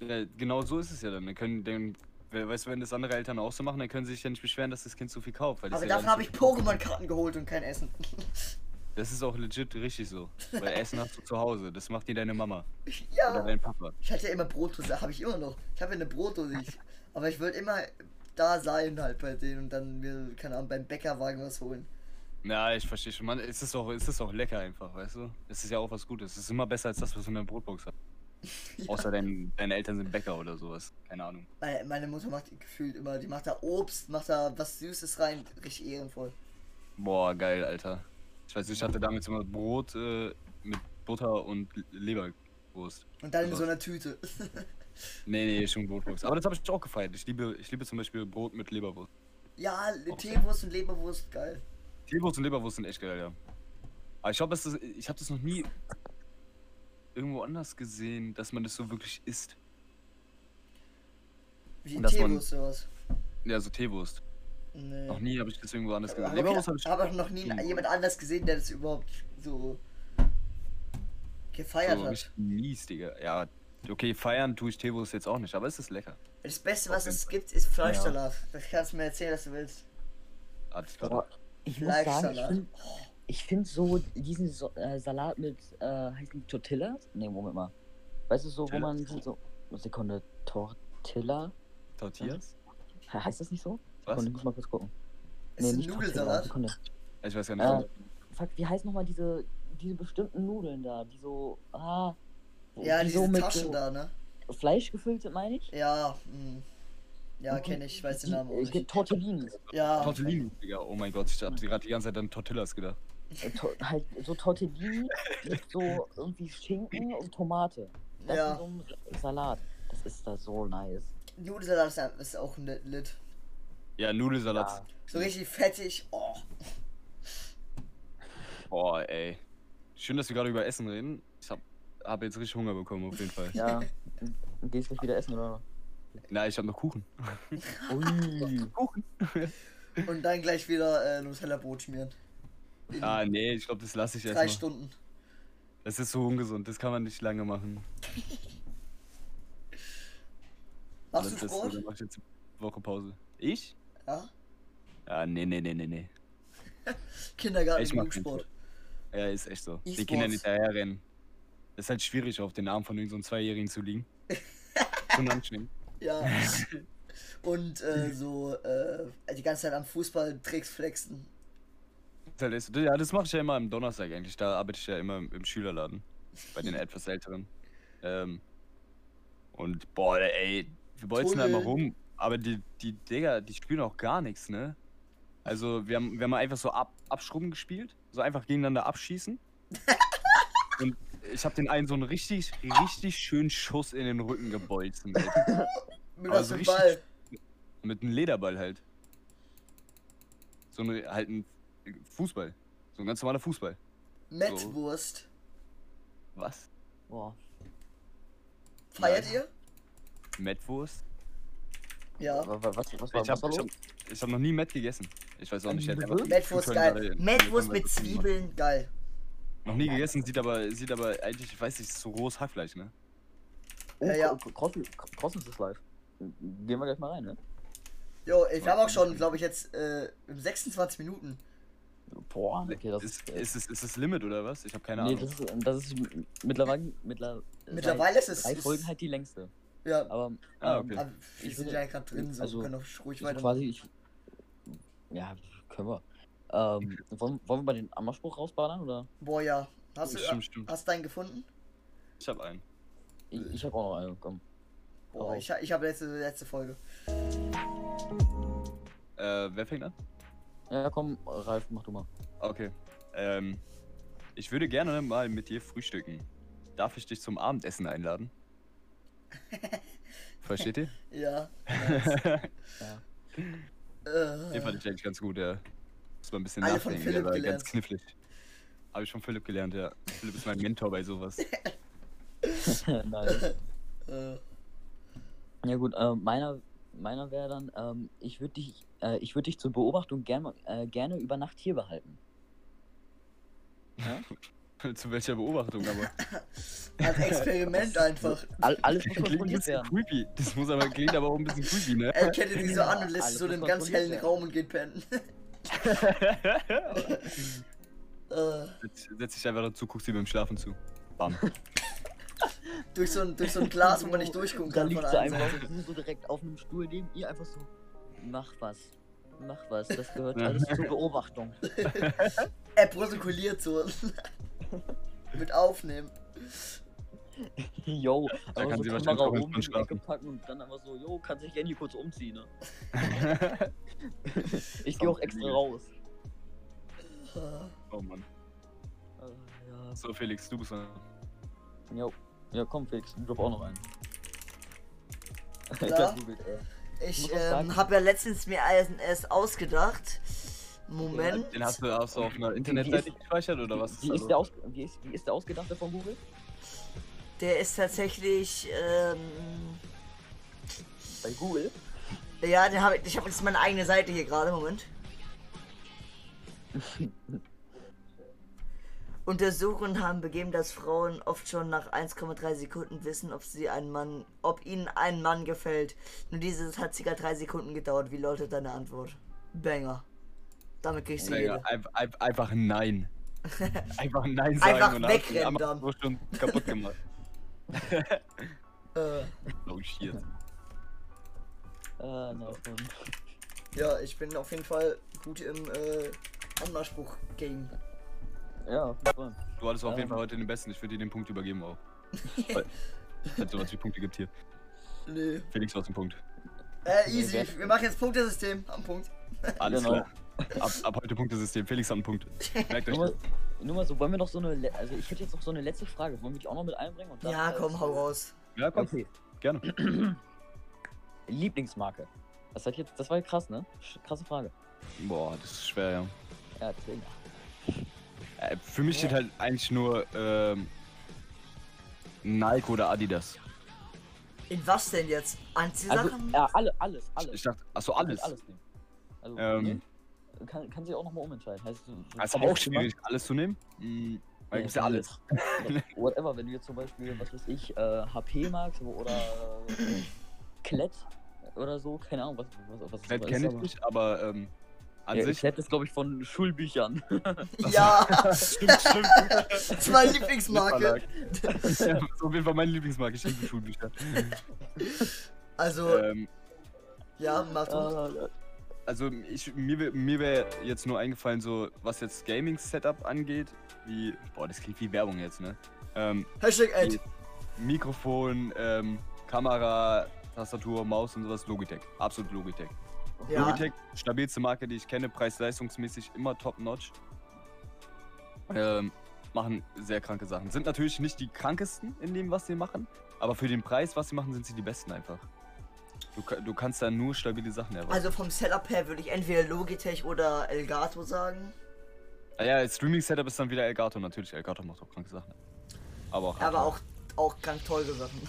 C: Ja, genau so ist es ja dann. Dann können, dann, we- weißt du, wenn das andere Eltern auch so machen, dann können sie sich ja nicht beschweren, dass das Kind zu viel kauft. Weil das
B: Aber
C: ja gar
B: dafür habe
C: nicht
B: ich
C: so viel-
B: Pokémon-Karten geholt und kein Essen.
C: Das ist auch legit richtig so. Weil Essen hast du zu Hause. Das macht dir deine Mama
B: ja.
C: oder dein Papa.
B: Ich hatte ja immer Brotdose, habe ich immer noch. Ich habe ja eine Brotdose. Ich, aber ich wollte immer da sein halt bei denen und dann mir, keine Ahnung, beim Bäckerwagen was holen.
C: Ja, ich verstehe schon. Man, es ist auch, es ist auch lecker einfach, weißt du? Es ist ja auch was Gutes. Es ist immer besser als das, was du in der Brotbox hast. Außer dein, deine Eltern sind Bäcker oder sowas. Keine Ahnung.
B: Meine, meine Mutter macht gefühlt immer, die macht da Obst, macht da was Süßes rein, richtig ehrenvoll.
C: Boah, geil, Alter. Ich weiß nicht, ich hatte damals immer Brot äh, mit Butter und Leberwurst.
B: Und dann in
C: Super.
B: so einer Tüte.
C: Nee, nee, schon Brotwurst. Aber das habe ich auch gefeiert. Ich liebe, ich liebe zum Beispiel Brot mit Leberwurst.
B: ja,
C: Okay.
B: Teewurst und Leberwurst, geil.
C: Teewurst und Leberwurst sind echt geil, ja. Aber ich glaube, das ist- ich habe das noch nie irgendwo anders gesehen, dass man das so wirklich isst.
B: Wie
C: Und dass man-
B: Teewurst oder was?
C: Ja, so Teewurst.
B: Nee.
C: Noch nie habe ich das irgendwo anders
B: Habe
C: gesehen.
B: hab
C: Leberwurst habe
B: ich
C: ich.
B: hab auch noch nie
C: Mhm.
B: jemand anders gesehen, der das überhaupt so gefeiert
C: so
B: hat.
C: richtig mies, Digga. Ja, okay, feiern tue ich Teewurst jetzt auch nicht, aber es ist lecker.
B: Das Beste, was
C: Auf jeden
B: es gibt, ist Fleischsalat. Das kannst du mir erzählen, was du willst.
C: Alles
A: Aber
C: klar.
A: ich muss sagen, ich
B: Fleischsalat.
A: finde ich find so diesen so äh, Salat mit, äh, heißt die Tortillas? Ne, Moment mal. Weißt du so, wo
C: Tortillas?
A: man so. Sekunde, Tortilla?
C: Tortillas?
A: He- Heißt das nicht so?
C: Was?
A: Sekunde, ich muss mal kurz gucken.
B: Ist
A: Nee,
B: ein
A: nicht Tortilla,
B: Nudelsalat?
A: Sekunde.
C: Ich weiß gar nicht.
A: Äh, fuck, wie heißen nochmal diese, diese bestimmten Nudeln da, die so, ah,
B: Ja, diese
A: so mit
B: Taschen
A: so
B: da, ne?
A: Fleisch gefüllt sind, meine ich? Mhm.
B: Ja, mh. Ja, kenne ich, ich weiß den Namen auch
A: Die, äh,
B: nicht.
A: Tortellini.
B: Ja,
C: Tortellini, Digga. Oh mein Gott, ich habe gerade die ganze Zeit an Tortillas gedacht.
A: Äh, to halt so Tortellini mit so irgendwie Schinken und Tomate. Das in so
B: ja.
A: einem um, Salat. Das ist da so nice.
B: Nudelsalat ist ja- ist auch lit. lit.
C: Ja, Nudelsalat.
A: Ja.
B: So richtig fettig. Oh.
C: Boah, ey. Schön, dass wir gerade über Essen reden. Ich hab, hab jetzt richtig Hunger bekommen, auf jeden Fall.
A: Ja. Gehst gleich wieder essen, oder?
C: Nein, ich hab noch Kuchen.
B: Oh
A: Ui.
C: Kuchen?
B: Und dann gleich wieder äh, Nutella-Brot schmieren. In
C: Ah, nee, ich glaube, das lasse ich
B: drei
C: erstmal.
B: Stunden.
C: Das ist so ungesund, das kann man nicht lange machen.
B: Machst du
C: Also das, das-
B: Sport?
C: Dann mach ich jetzt eine Woche Pause. Ich?
B: Ja.
C: Ja, nee, nee, nee, nee, nee.
B: Kindergarten,
C: Ich mach keinen
B: Jugendsport.
C: Ja, ist echt so. Die
B: E-Sports.
C: Kinder nicht daherrennen. Das ist halt schwierig, auf den Arm von irgendeinem Zweijährigen zu liegen. Zum Anschwingen.
B: Ja. Und äh, so äh, die ganze Zeit am Fußball Tricks flexen.
C: Ist halt echt so. Ja, das mache ich ja immer am Donnerstag eigentlich. Da arbeite ich ja immer im, im Schülerladen. Bei den etwas älteren. Ähm, und boah, ey, wir bolzen da immer
B: Tunnel.
C: rum. Aber die, die Digga, die spielen auch gar nichts, ne? Also, wir haben, wir haben einfach so ab, abschrubben gespielt. So einfach gegeneinander abschießen. und ich habe den einen so einen richtig, richtig schönen Schuss in den Rücken gebolzen. Ey.
B: Mit
C: Aber
B: was
C: so
B: für einem
C: richtig-
B: Ball.
C: Mit einem Lederball halt. So ein, halt ein Fußball. So ein ganz normaler Fußball.
B: Mettwurst.
C: Was?
A: Boah.
B: Feiert
C: Nein.
B: ihr?
C: Mettwurst?
B: Ja.
A: Wa- wa- Was, was, was,
C: Ich
A: was,
C: hab,
A: war
C: ich
A: los?
C: hab, ich hab noch nie Mett gegessen. Ich weiß auch nicht. ich hätte
A: Bitte?
C: einfach-
B: Mettwurst
C: Zufall
B: geil.
C: gerade-
B: Mettwurst
C: Zufall
B: mit
C: gefunden.
B: Zwiebeln geil.
C: Noch nie gegessen, sieht aber, sieht aber eigentlich, ich weiß nicht, so rohes Hackfleisch, ne?
A: Oh,
B: Ja, ja.
A: Cro- Cross, Cross ist live. Gehen wir gleich mal rein, ne?
B: Jo, ich habe auch schon, glaube ich, jetzt äh, 26 Minuten.
A: Boah, okay, das
C: ist,
A: ist. äh,
C: ist, es- ist das Limit oder was? Ich habe keine
A: nee,
C: Ahnung.
A: das ist, das ist m- mittlerweile. Mittler,
B: Mittlerweile ist
A: seit
B: es.
A: Drei
B: ist,
A: Folgen halt die längste.
B: Ja,
A: Aber.
C: Ah,
A: ähm,
C: okay.
B: aber wir
A: Ich
B: sind
A: würde-
B: ja gerade drin, so
A: also,
B: wir können auch ruhig
A: Ich
B: weiter.
A: quasi, ich. Ja, können wir. Ähm, wollen, wollen wir mal den Ammerspruch rausballern oder?
B: Boah, ja. Hast du
C: stimmt, stimmt.
B: hast deinen gefunden?
C: Ich habe einen.
A: Ich, ich habe auch noch einen bekommen.
B: Boah,
A: Oh.
B: ich, ha- ich habe letzte, letzte Folge.
C: Äh, wer fängt an?
A: Ja, komm, Ralf, mach du mal.
C: Okay. Ähm, ich würde gerne mal mit dir frühstücken. Darf ich dich zum Abendessen einladen? Versteht ihr?
B: Ja.
A: Ja.
C: Den fand
B: Äh,
C: ich eigentlich ganz gut, ja. Muss man ein bisschen
B: Alle von
C: nachdenken,
B: Philipp
C: der war
B: gelernt.
C: ganz knifflig. Habe ich von Philipp gelernt, ja. Philipp ist mein Mentor bei sowas.
A: Nein.
B: äh,
A: Ja gut, äh, meiner, meiner wäre dann, ähm, ich würde dich, äh, ich würde dich zur Beobachtung gern, äh, gerne über Nacht hier behalten.
C: Zu welcher Beobachtung, aber.
B: als Experiment einfach.
A: All, alles muss
C: Klingt ein
A: kontrolliert
C: bisschen
A: werden.
C: creepy. Das muss aber, klingt aber auch ein bisschen creepy, ne?
B: Er kettet sich so an und lässt
A: Alles
B: sich so in einem
A: muss
B: ganz hellen
A: kontrolliert
B: Raum und geht pennen. äh,
C: Setz, setz dich einfach dazu, guckst ihm beim Schlafen zu. Bam.
B: durch, so ein, durch so ein Glas, wo man nicht durchgucken
A: Da
B: kann von
A: liegt sie
B: allen
A: einfach
B: Seiten.
A: so- so direkt auf einem Stuhl neben ihr, einfach so, mach was, mach was, das gehört alles zur Beobachtung.
B: Er protokolliert so. Mit aufnehmen.
A: Yo,
C: Da kann
A: aber also so
C: sie wahrscheinlich
A: Kamera
C: auch
A: oben in die
C: entspannt
A: Ecke packen und dann einfach so, yo, kann sich Jenny kurz umziehen, ne? Ich gehe auch extra raus.
B: Äh,
C: oh Mann.
A: Äh, ja.
C: So, Felix, du bist dran.
A: Jo. Ja, komm, Felix, drop auch noch einen.
B: Ja.
A: Klar, du willst, äh.
B: Ich
A: Muss auch
B: ähm,
A: sagen-
B: habe ja letztens mir einen erst ausgedacht. Moment.
C: Den hast du, hast du auf einer Internetseite gespeichert oder was?
A: Wie,
C: da
A: ist
C: los?
A: der aus, wie, ist, wie ist der ausgedachte von Google?
B: Der ist tatsächlich. Ähm,
A: Bei Google?
B: ja, den hab ich, ich habe jetzt meine eigene Seite hier gerade. Moment. Untersuchungen haben begeben, dass Frauen oft schon nach 1,3 Sekunden wissen, ob sie einen Mann, ob ihnen ein Mann gefällt. Nur dieses hat circa 3 Sekunden gedauert. Wie lautet deine Antwort? Banger. Damit kriegst du
C: Naja,
B: jede.
C: ein, ein, einfach nein. Einfach nein sagen
B: Einfach
C: und hast den
B: wegrennen
C: Amazon
B: dann.
C: schon kaputt gemacht.
B: Äh,
C: Oh shit.
A: Ah, na schon.
B: ja, ich bin auf jeden Fall gut im äh, Anmachspruch-Game.
A: Ja, auf jeden Fall.
C: Du hattest auf jeden
A: Ähm.
C: Fall heute den besten. Ich würde dir den Punkt übergeben auch. Wenn sowas wie Punkte gibt hier.
B: Nö.
C: Felix aus dem Punkt.
B: Äh,
A: Nee,
B: easy.
A: wer-
B: Wir machen jetzt Punktesystem. Am Punkt.
C: Alles
A: Genau.
C: klar. Ab, ab heute Punktesystem. Felix hat einen Punkt. Merkt euch
A: Nur
C: das.
A: mal, nur mal so, wollen wir noch so eine. le- Also, ich hätte jetzt noch so eine letzte Frage. Wollen wir die auch noch mit einbringen? Und dann,
B: Ja,
A: äh,
B: komm, hau raus.
C: Ja, komm.
A: Okay.
C: Gerne.
A: Lieblingsmarke. Das, hat jetzt, das war krass, ne? Sch- Krasse Frage.
C: Boah, das ist schwer, ja.
A: Ja, deswegen.
C: Äh, Für mich steht halt eigentlich nur ähm, Nike oder Adidas.
B: In was denn jetzt?
A: Also,
B: Anziehsachen?
A: ja, alle, alles,
C: Ich-
A: alles.
C: Ich dachte, achso,
A: Man
C: alles.
A: kann alles nehmen. Also,
C: Ähm.
A: nee, kann, kann sich auch nochmal umentscheiden. Heißt, du- du-
C: Das ist aber auch
A: heißt immer-
C: schwierig, alles zu nehmen. Mhm. Weil
A: Nee,
C: gibt's ja
A: kann
C: alles.
A: alles. Whatever, wenn du jetzt zum Beispiel, was weiß ich, äh, HP magst oder äh, Klett oder so, keine Ahnung, was, was, was
C: Klett
A: was
C: kenne ich
A: aber-
C: nicht, aber ähm, an
A: ja,
C: sich.
A: Klett ist, glaube ich, von Schulbüchern.
B: Ja,
C: Stimmt, stimmt.
B: das ist meine Lieblingsmarke.
C: Verlag. ja, das ist auf jeden Fall mein Lieblingsmarke, ich liebe Schulbücher.
B: Also,
C: ähm,
B: ja, mach du.
A: Äh,
C: also ich, mir, wär- mir wäre jetzt nur eingefallen, so was jetzt Gaming-Setup angeht, wie. Boah, das klingt wie Werbung jetzt, ne? Ähm,
B: Hashtag Ad.
C: Mikrofon, ähm, Kamera, Tastatur, Maus und sowas, Logitech. Absolut Logitech.
B: Ja.
C: Logitech, stabilste Marke, die ich kenne, preis-leistungsmäßig immer top-notch. Ähm, machen sehr kranke Sachen. Sind natürlich nicht die krankesten in dem, was sie machen, aber für den Preis, was sie machen, sind sie die besten einfach. Du, ka- du kannst da nur stabile Sachen erwarten.
B: Also vom Setup her würde ich entweder Logitech oder Elgato sagen.
C: ah ja, das Streaming-Setup ist dann wieder Elgato, natürlich. Elgato macht auch kranke Sachen. Aber auch.
B: Aber auch, auch ganz teure Sachen.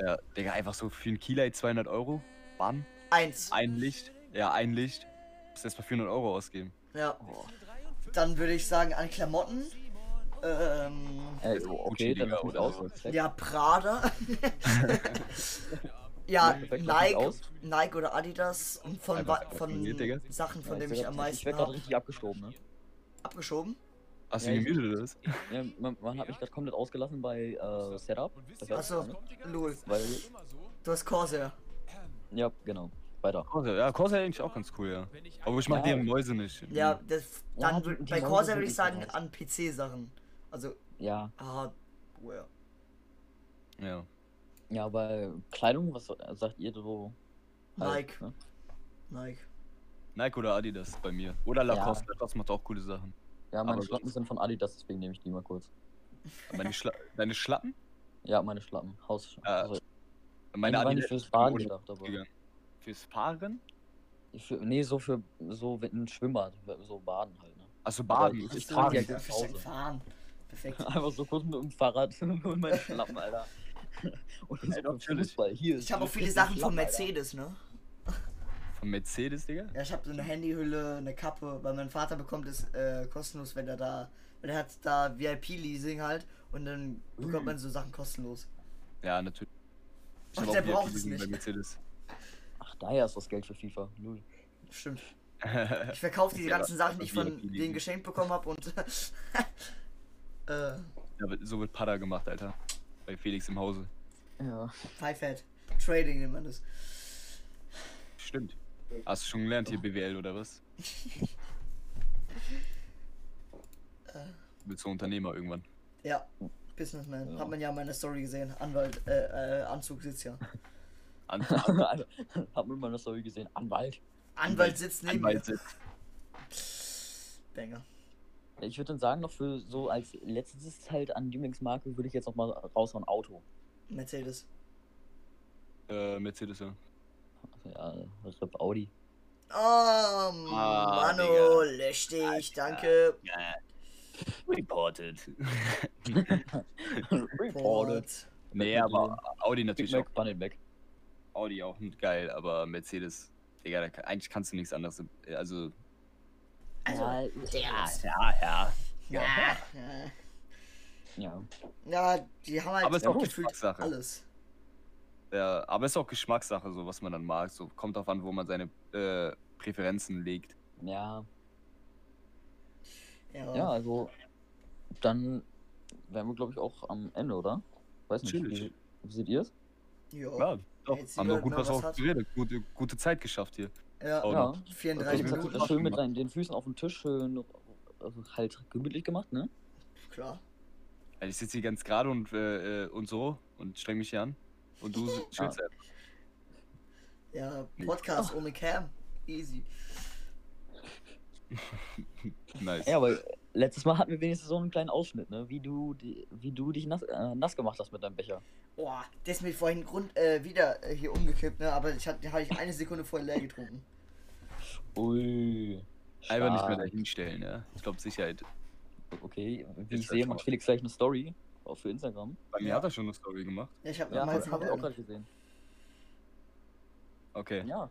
C: Ja, Digga, einfach so für ein Keylight 200 Euro. Bam.
B: Eins.
C: Ein Licht. Ja, ein Licht. Muss erst mal 400 Euro ausgeben.
B: Ja. Dann würde ich sagen an Klamotten. Ähm,
A: äh,
C: Also
A: okay,
C: Gucci,
A: dann
C: Digga,
A: lass mich
C: oder
A: aus.
C: sowas.
A: Perfekt.
B: ja, Prada. ja,
A: Perfekt, lass mich
B: Nike,
A: aus.
B: Nike oder Adidas. Und von,
C: Einfach
B: wa- von
C: funktioniert, Digga.
B: Sachen, von
A: Ja,
B: denen
A: werd
B: ich
A: grad-
B: am
A: Ich
B: meisten
A: werde gerade
B: habe.
A: richtig abgeschoben, ne?
B: Abgeschoben.
C: Hast
A: Ja,
C: du
A: ich-
C: gemütet oder was?
A: Ja, man, man hat mich gerade komplett ausgelassen bei äh, Setup. Das heißt,
B: Achso,
A: ne?
B: Also, lol.
A: Weil,
B: Du hast Corsair.
A: ja, genau. Weiter.
C: Corsair, ja, Corsair eigentlich auch ganz cool, ja. Aber ich mag
A: Ja.
C: deren Mäuse nicht.
B: Ja,
A: Mhm.
B: das,
A: Ja,
B: dann,
A: die-
B: wür-
A: die
B: bei
A: Mäuse
B: Corsair
A: sind
B: würde ich
A: nicht
B: sagen
A: bereit.
B: an PC-Sachen. Also
A: Ja,
B: Hardware.
C: Ja.
A: ja, bei Kleidung, was sagt ihr so?
B: Nike,
A: ne?
B: Nike.
C: Nike oder Adidas bei mir. Oder Lacoste, Lacoste macht auch coole Sachen.
A: Ja, meine
C: Aber-
A: Schlappen sind von Adidas, deswegen nehme ich die mal kurz.
C: Meine Schla Deine Schlappen?
A: Ja, meine Schlappen. Haus.
C: Ja,
A: also,
C: Äh, Meine
A: die waren nicht
C: Adidas
A: fürs Baden
C: ohne-
A: gedacht, aber.
C: gegangen. fürs Fahren?
A: Für, nee, so für so wie ein Schwimmbad, so Baden halt, ne?
C: Achso,
A: Aber
C: Baden.
A: ich-
C: fürs
A: ich-
C: Fahren.
A: ja,
B: Ja,
A: gut,
B: Hashtag
A: Pause.
B: fahren. Perfekt.
A: Einfach so kurz mit dem Fahrrad und meine Schlappen, Alter. Und so
C: Ja,
A: beim
C: natürlich.
A: Fußball. Hier
B: Ich
A: ist-
B: habe auch
A: hier
B: viele
A: ist ein
B: Sachen von
A: Schlappen, Alter.
B: Mercedes, ne?
C: Von Mercedes, Digga?
B: Ja, ich habe so eine Handyhülle, eine Kappe, weil mein Vater bekommt es äh, kostenlos, wenn er da. Weil er hat da VIP-Leasing halt und dann bekommt man so Sachen kostenlos.
C: Ja, natürlich. Ich
B: Und
C: hab auch
B: der
C: VIP
B: braucht's
C: gesehen bei
B: nicht.
C: Mercedes.
A: Ach, daher ist das Geld für FIFA. Null.
B: Stimmt. Ich verkaufe die
C: Ja,
B: ganzen Sachen, die ich von
C: VIP-Leasing.
B: denen geschenkt bekommen habe und. äh,
C: Da wird- so wird Pada gemacht, Alter. Bei Felix im Hause.
A: Ja.
B: Five Head. Trading nennt man das.
C: Stimmt. Hast du schon gelernt hier BWL oder was? Willst du Unternehmer irgendwann?
B: Ja, Businessman.
A: Ja.
B: Hat man ja in meiner Story gesehen. Anwalt, äh, äh, Anzug sitzt ja.
C: An
A: Alter, Hab mit meiner Story gesehen. Anwalt.
B: Anwalt sitzt neben
C: Anwalt
B: mir.
C: sitzt.
B: Banger.
A: Ja, Ich würde dann sagen, noch für so als letztes halt an Lieblingsmarke würde ich jetzt noch mal raushauen Auto.
B: Mercedes.
C: Äh, Mercedes, ja.
A: Also, Ja, RIP Audi.
B: Oh,
C: Ah,
B: Mano, lösch dich, danke.
C: Reported.
A: Reported.
B: Port.
C: Nee, aber Audi
A: Big
C: natürlich auch.
A: Mac, Bundle Mac.
C: Audi auch geil, aber Mercedes. Digga, da, kann- eigentlich kannst du nichts anderes. Also.
B: Also,
A: ja,
C: Ja, ja.
B: ja.
A: ja.
B: ja, die haben halt
C: Aber ist auch
B: gefühlt
C: Geschmackssache.
B: alles.
C: Ja, aber ist auch Geschmackssache, so was man dann mag. So kommt drauf an, wo man seine äh, Präferenzen legt.
A: Ja,
B: Ja,
A: ja, also dann wären wir, glaube ich, auch am Ende, oder? Weiß nicht,
C: Natürlich.
A: wie, wie seht ihr es?
B: jo.
C: Ja, doch.
B: Jetzt
C: Haben wir
B: jemand
C: gut
B: mal
C: was
B: was
C: auch
B: hat.
C: geredet. Gute, gute Zeit geschafft hier.
B: ja.
C: Oh,
A: Ja,
C: noch.
B: 34
A: also,
C: Minuten
A: das
C: noch.
A: schön mit deinen, den Füßen auf den Tisch, schön also halt gemütlich gemacht, ne?
B: klar.
C: Also ich sitze hier ganz gerade und, äh, äh, und so und streng mich hier an. Und du chillst
A: Ja.
C: einfach.
B: Ja,
C: Nee.
B: Podcast ohne Cam. Easy.
C: Nice.
A: Ja, aber letztes Mal hatten wir wenigstens so einen kleinen Ausschnitt, ne? Wie du, die, wie du dich nass, äh, nass gemacht hast mit deinem Becher.
B: Boah, das ist mir vorhin Grund äh, wieder äh, hier umgekippt, ne? Aber ich hatte hab ich eine Sekunde vorher leer getrunken.
A: Ui.
C: Einfach nicht mehr
A: stark.
C: dahinstellen, ja. Ich glaube Sicherheit.
A: okay, wie
C: Jetzt
A: ich sehe,
C: wird's
A: macht
C: aber-
A: Felix gleich eine Story. Auch für Instagram.
C: Bei mir hat er schon eine Story gemacht.
B: Ja, ich habe
A: Ja,
B: nochmal
A: habe ich
B: hab
A: auch
B: auch
A: gerade gesehen.
C: Okay.
A: Ja.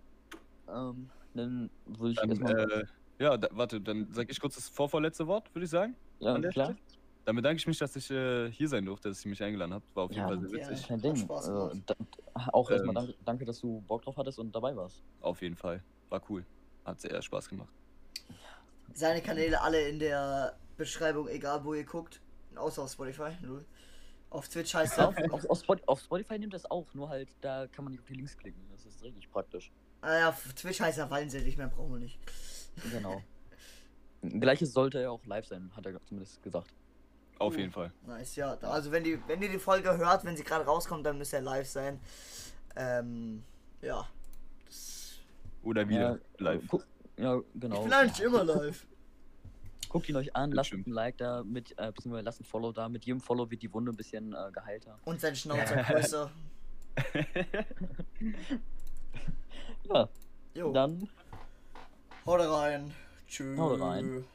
A: Ähm, dann würde ich
C: Dann,
A: erstmal.
C: äh, ja, da, warte, dann sage ich kurz das vorvorletzte Wort, würde ich sagen.
A: ja,
C: an der
A: klar.
C: Stelle? Dann bedanke ich mich, dass ich äh, hier sein durfte, dass ich mich eingeladen habe. War auf jeden
A: Ja,
C: Fall sehr
B: gerne.
C: witzig.
A: Kein
B: Hat
A: Ding.
B: Spaß
A: Äh,
B: gemacht.
A: da- auch erstmal
C: Ähm.
A: danke, danke, dass du Bock drauf hattest und dabei warst.
C: Auf jeden Fall. War cool. Hat sehr Spaß gemacht.
B: Seine Kanäle alle in der Beschreibung, egal wo ihr guckt. Außer auf Spotify. Null. Auf Twitch heißt
A: Ja,
B: drauf.
A: auf, auf, auf, Spotify, auf Spotify nimmt das auch, nur halt, da kann man nicht auf die Links klicken. Das ist richtig praktisch.
B: ah ja, auf Twitch heißt er Wallenselig, mehr brauchen wir nicht.
A: Genau. Gleiches sollte ja auch live sein, hat er zumindest gesagt.
C: Auf
B: Cool.
C: jeden Fall.
B: Nice, ja. Da- Also wenn, die, wenn ihr die Folge hört, wenn sie gerade rauskommt, dann müsst ihr live sein. Ähm, ja. Das,
C: Oder wieder
A: Ja,
C: live.
A: Guck, ja, genau.
B: ich bin halt eigentlich immer live.
A: Guckt ihn euch an,
C: Das
A: lasst
C: stimmt.
A: ein Like da, mit, äh, beziehungsweise lasst ein Follow da. Mit jedem Follow wird die Wunde ein bisschen äh, geheilter.
B: Und sein Schnauzer größer.
A: Ja,
B: Jo,
A: dann
B: haut rein. Tschüss.
A: Haut rein.